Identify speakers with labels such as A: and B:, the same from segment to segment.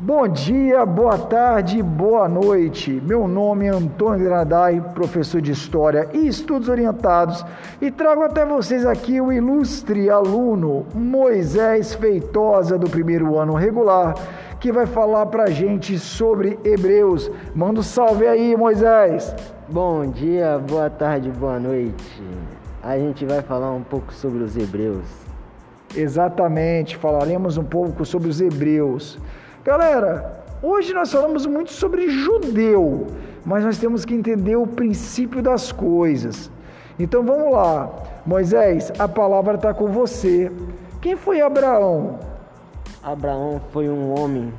A: Bom dia, boa tarde, boa noite. Meu nome é Antônio Gradai, professor de História e Estudos Orientados, e trago até vocês aqui o ilustre aluno Moisés Feitosa, do primeiro ano regular, que vai falar pra gente sobre Hebreus. Manda um salve aí, Moisés!
B: Bom dia, boa tarde, boa noite. A gente vai falar um pouco sobre os hebreus.
A: Exatamente, falaremos um pouco sobre os hebreus. Galera, hoje nós falamos muito sobre judeu, mas nós temos que entender o princípio das coisas. Então vamos lá, Moisés, a palavra está com você. Quem foi Abraão?
B: Abraão foi um homem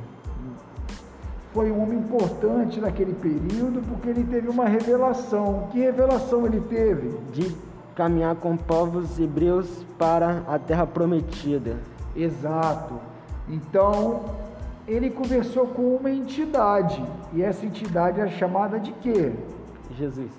A: Foi um homem importante naquele período porque ele teve uma revelação. Que revelação ele teve?
B: de caminhar com povos hebreus para a terra prometida.
A: Exato. Então, ele conversou com uma entidade, e essa entidade é chamada de quê?
B: Jesus.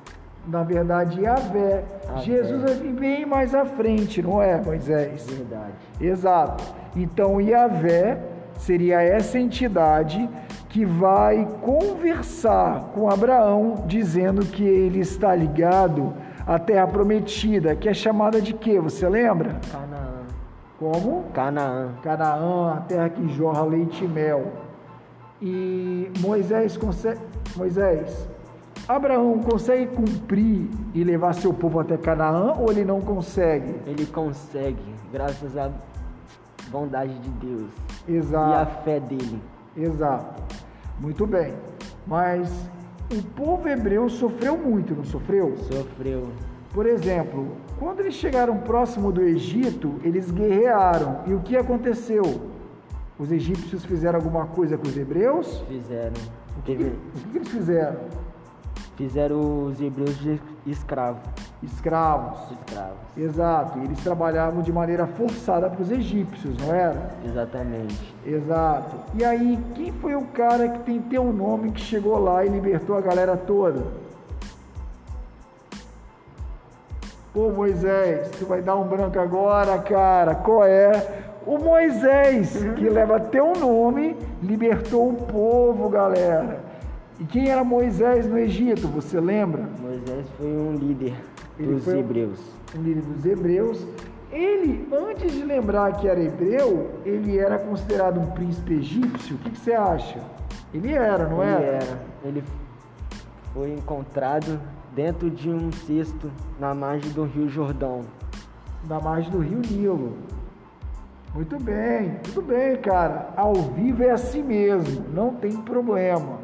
A: Na verdade, Yahvé.
B: Yahvé.
A: Jesus é bem mais à frente, não é, Moisés?
B: Verdade.
A: Exato. Então, Yahvé seria essa entidade que vai conversar com Abraão, dizendo que ele está ligado à terra prometida, que é chamada de quê? Você lembra?
B: Canaã.
A: Como?
B: Canaã.
A: Canaã, a terra que jorra leite e mel. E Moisés consegue. Moisés, Abraão consegue cumprir e levar seu povo até Canaã ou ele não consegue?
B: Ele consegue, graças à bondade de Deus e à
A: Exato.
B: fé dele.
A: Exato. Muito bem. Mas o povo hebreu sofreu muito, não sofreu?
B: Sofreu.
A: Por exemplo, quando eles chegaram próximo do Egito, eles guerrearam. E o que aconteceu? Os egípcios fizeram alguma coisa com os hebreus?
B: Fizeram.
A: E
B: Teve,
A: O que que eles fizeram?
B: fizeram os hebreus de escravo.
A: Escravos.
B: Escravos.
A: Exato. E eles trabalhavam de maneira forçada para os egípcios, não era?
B: Exatamente.
A: Exato. E aí, quem foi o cara que tem teu nome que chegou lá e libertou a galera toda? Pô, Moisés, tu vai dar um branco agora, cara. Qual é? O Moisés, que leva teu nome, libertou o povo, galera. E quem era Moisés no Egito? Você lembra?
B: Moisés foi um líder
A: Ele
B: dos
A: foi um-
B: hebreus.
A: o líder dos hebreus. Ele, antes de lembrar que era hebreu, ele era considerado um príncipe egípcio. O que, que você acha? Ele era, não é?
B: ele
A: era?
B: era. Ele foi encontrado dentro de um cesto na margem do Rio Jordão.
A: Da margem do rio Nilo. Muito bem, tudo bem, cara. Ao vivo é assim mesmo, não tem problema.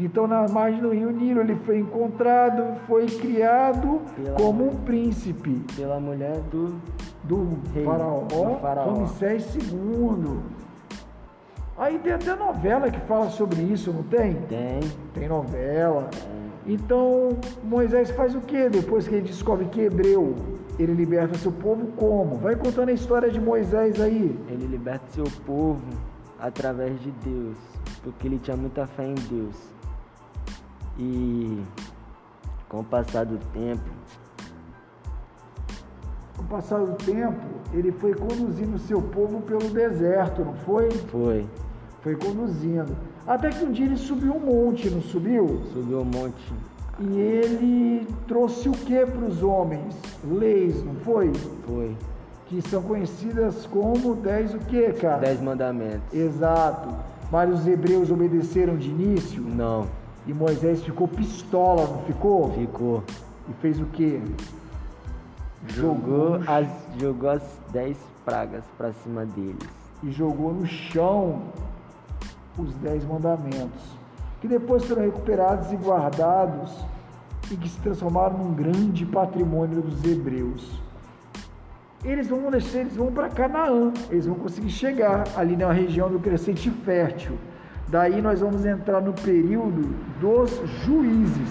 A: Então, na margem do rio Nilo, ele foi encontrado, foi criado
B: Pela-
A: como um príncipe.
B: Pela mulher do.
A: do
B: Rei,
A: faraó,
B: do faraó.
A: Ramsés II. Aí tem até novela que fala sobre isso, não tem?
B: Tem.
A: Tem novela. Então Moisés faz o que depois que ele descobre que hebreu? Ele liberta seu povo como? Vai contando a história de Moisés aí.
B: Ele liberta seu povo através de Deus. Porque ele tinha muita fé em Deus. E com o passar do tempo,
A: Com o passar do tempo, ele foi conduzindo seu povo pelo deserto, não foi?
B: foi.
A: Foi conduzindo. Até que um dia ele subiu um monte, não subiu?
B: Subiu o monte.
A: E ele trouxe o que para os homens? Leis, não foi?
B: Foi.
A: Que são conhecidas como 10 o que, cara?
B: Dez mandamentos.
A: Exato. Mas os hebreus obedeceram de início
B: Não.
A: e Moisés ficou pistola, não ficou?
B: Ficou.
A: E fez o que?
B: Jogou as, jogou as dez pragas pra cima deles.
A: E jogou no chão os 10 mandamentos, que depois foram recuperados e guardados e que se transformaram num grande patrimônio dos hebreus. eles vão descer, eles vão para Canaã, eles vão conseguir chegar ali na região do crescente fértil. Daí nós vamos entrar no período dos juízes.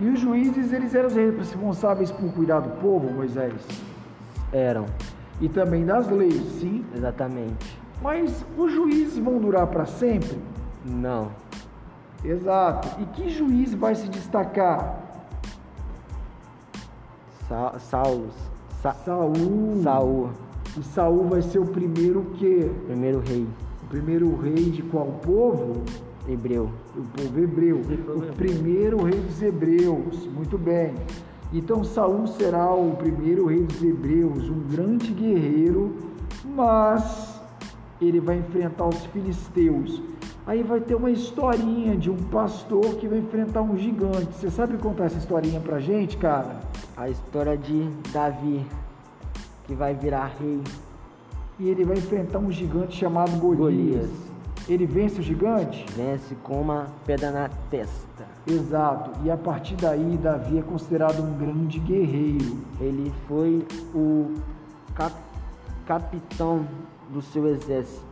A: E os juízes, eles eram os responsáveis por cuidar do povo, Moisés,
B: Eram,
A: e também das leis, sim.
B: exatamente.
A: Mas os juízes vão durar para sempre?
B: Não.
A: Exato. E que juiz vai se destacar?
B: Sa Saulo. Sa
A: Saul.
B: Saul,
A: E Saul vai ser o primeiro que
B: primeiro rei.
A: primeiro rei de qual povo?
B: Hebreu.
A: O povo hebreu. O primeiro rei dos hebreus. Muito bem. Então Saul será o primeiro rei dos hebreus, um grande guerreiro, mas ele vai enfrentar os filisteus. Aí vai ter uma historinha de um pastor que vai enfrentar um gigante. Você sabe contar essa historinha pra gente, cara?
B: A história de Davi, que vai virar rei.
A: E ele vai enfrentar um gigante chamado Golias.
B: Golias.
A: Ele vence o gigante?
B: Vence com uma pedra na testa.
A: Exato. E a partir daí, Davi é considerado um grande guerreiro.
B: Ele foi o cap- capitão do seu exército.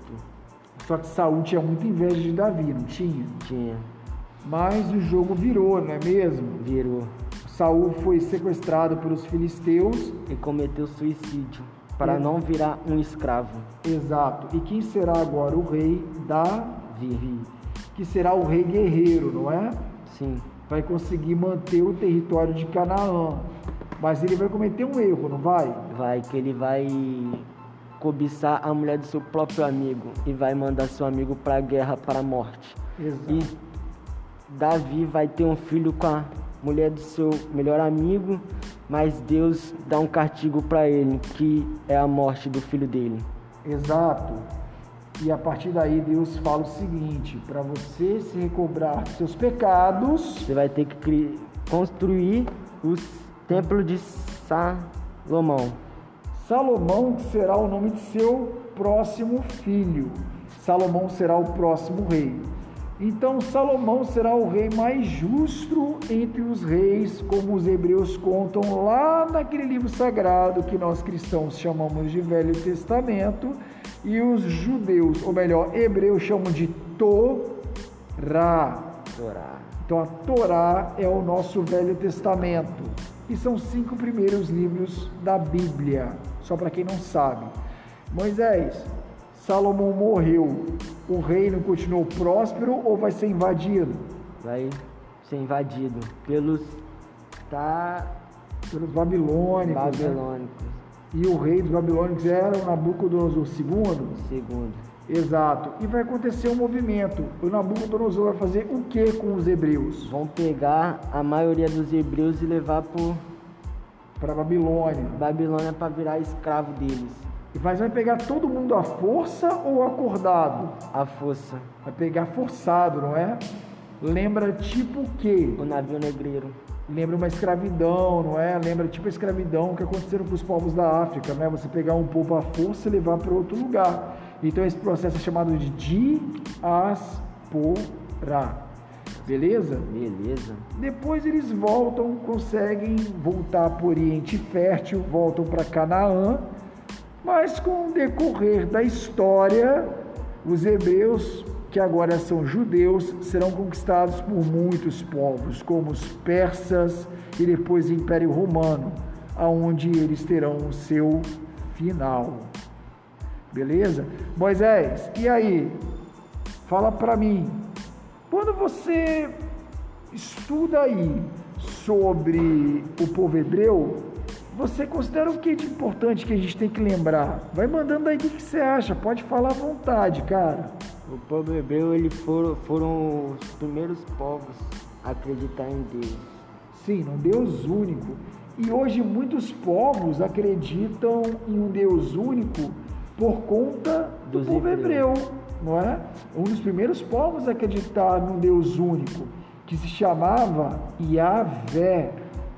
A: Só que Saul tinha muita inveja de Davi, não tinha?
B: Tinha,
A: Mas o jogo virou, não é mesmo?
B: virou
A: Saul foi sequestrado pelos filisteus.
B: e cometeu suicídio para
A: Hum.
B: não virar um escravo.
A: Exato. E quem será agora o rei Davi?
B: Vi.
A: Que será o rei guerreiro, não é?
B: Sim,
A: Vai conseguir manter o território de Canaã. Mas ele vai cometer um erro, não vai?
B: vai que ele vai cobiçar a mulher do seu próprio amigo e vai mandar seu amigo para a guerra, para a morte.
A: Exato.
B: E Davi vai ter um filho com a mulher do seu melhor amigo, mas Deus dá um castigo para ele, que é a morte do filho dele.
A: Exato. E a partir daí Deus fala o seguinte: para você se recobrar dos seus pecados,
B: Você vai ter que cri- construir o s- templo de Salomão.
A: Salomão que será o nome de seu próximo filho. Salomão será o próximo rei. Então Salomão será o rei mais justo entre os reis, como os hebreus contam lá naquele livro sagrado que nós cristãos chamamos de Velho Testamento e os judeus, ou melhor, hebreus chamam de Torá.
B: Torá.
A: Então a Torá é o nosso Velho Testamento e são cinco primeiros livros da Bíblia, só para quem não sabe. Moisés, Salomão morreu, o reino continuou próspero ou vai ser invadido
B: Vai ser invadido pelos ta-
A: pelos babilônicos? né?
B: babilônicos.
A: E o rei dos babilônicos era o Nabucodonosor II?
B: Segundo.
A: Exato. E vai acontecer um movimento. O Nabucodonosor vai fazer o que com os hebreus?
B: Vão pegar a maioria dos hebreus e levar por
A: Para Babilônia.
B: Babilônia para virar escravo deles.
A: Mas vai pegar todo mundo à força ou acordado?
B: A força.
A: Vai pegar forçado, não é? Lembra tipo o quê?
B: O navio negreiro.
A: Lembra uma escravidão, não é? Lembra tipo a escravidão que aconteceram com os povos da África, né? Você pegar um povo à força e levar para outro lugar. Então esse processo é chamado de diaspora. Beleza?
B: Beleza.
A: Depois eles voltam, conseguem voltar para o Oriente Fértil, voltam para Canaã, mas com o decorrer da história, os hebreus, que agora são judeus, serão conquistados por muitos povos, como os persas e depois o Império Romano, aonde eles terão o seu final. Beleza? Moisés, e aí? Fala pra mim. Quando você estuda aí sobre o povo hebreu, você considera o que de importante que a gente tem que lembrar? Vai mandando aí o que que você acha, pode falar à vontade, cara.
B: O povo hebreu ele foram, foram os primeiros povos a acreditar em Deus.
A: Sim, um Deus único. E hoje muitos povos acreditam em um Deus único por conta do
B: Dos
A: povo hebreu,
B: hebreus.
A: não é? Um dos primeiros povos a acreditar num Deus único, que se chamava Yahvé,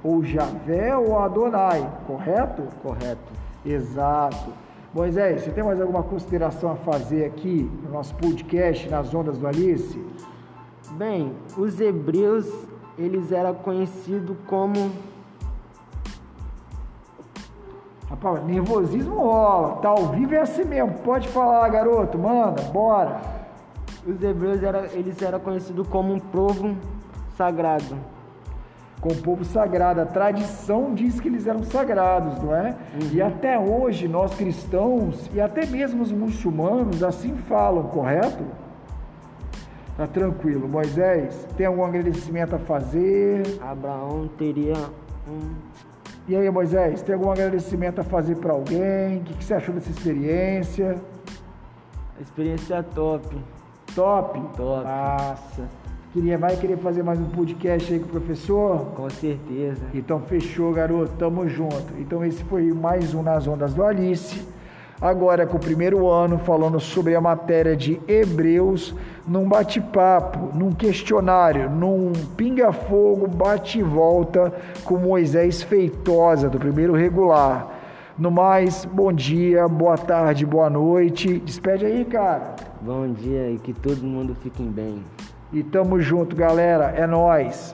A: ou Javé ou Adonai, correto?
B: Correto.
A: Exato. Moisés, você tem mais alguma consideração a fazer aqui no nosso podcast, nas ondas do Alice?
B: Bem, os hebreus, eles eram conhecidos como
A: Rapaz, nervosismo rola. Tá ao vivo é assim mesmo. Pode falar, garoto. Manda, bora.
B: os hebreus era, eles eram conhecidos como um povo sagrado.
A: Com o povo sagrado. A tradição diz que eles eram sagrados, não é? E até hoje nós cristãos e até mesmo os muçulmanos assim falam, correto? Tá tranquilo. Moisés, tem algum agradecimento a fazer?
B: Abraão teria um
A: E aí, Moisés, tem algum agradecimento a fazer para alguém? O que, que você achou dessa experiência?
B: A experiência é top.
A: Top?
B: Top.
A: Massa. Queria, vai querer fazer mais um podcast aí com o professor?
B: Com certeza.
A: Então fechou, garoto. Tamo junto. Então esse foi mais um Nas Ondas do Alice. Agora com o primeiro ano, falando sobre a matéria de Hebreus, num bate-papo, num questionário, num pinga-fogo, bate e volta com Moisés Feitosa, do primeiro regular. No mais, bom dia, boa tarde, boa noite. Despede aí, cara.
B: Bom dia e que todo mundo fique bem.
A: E tamo junto, galera. É nós.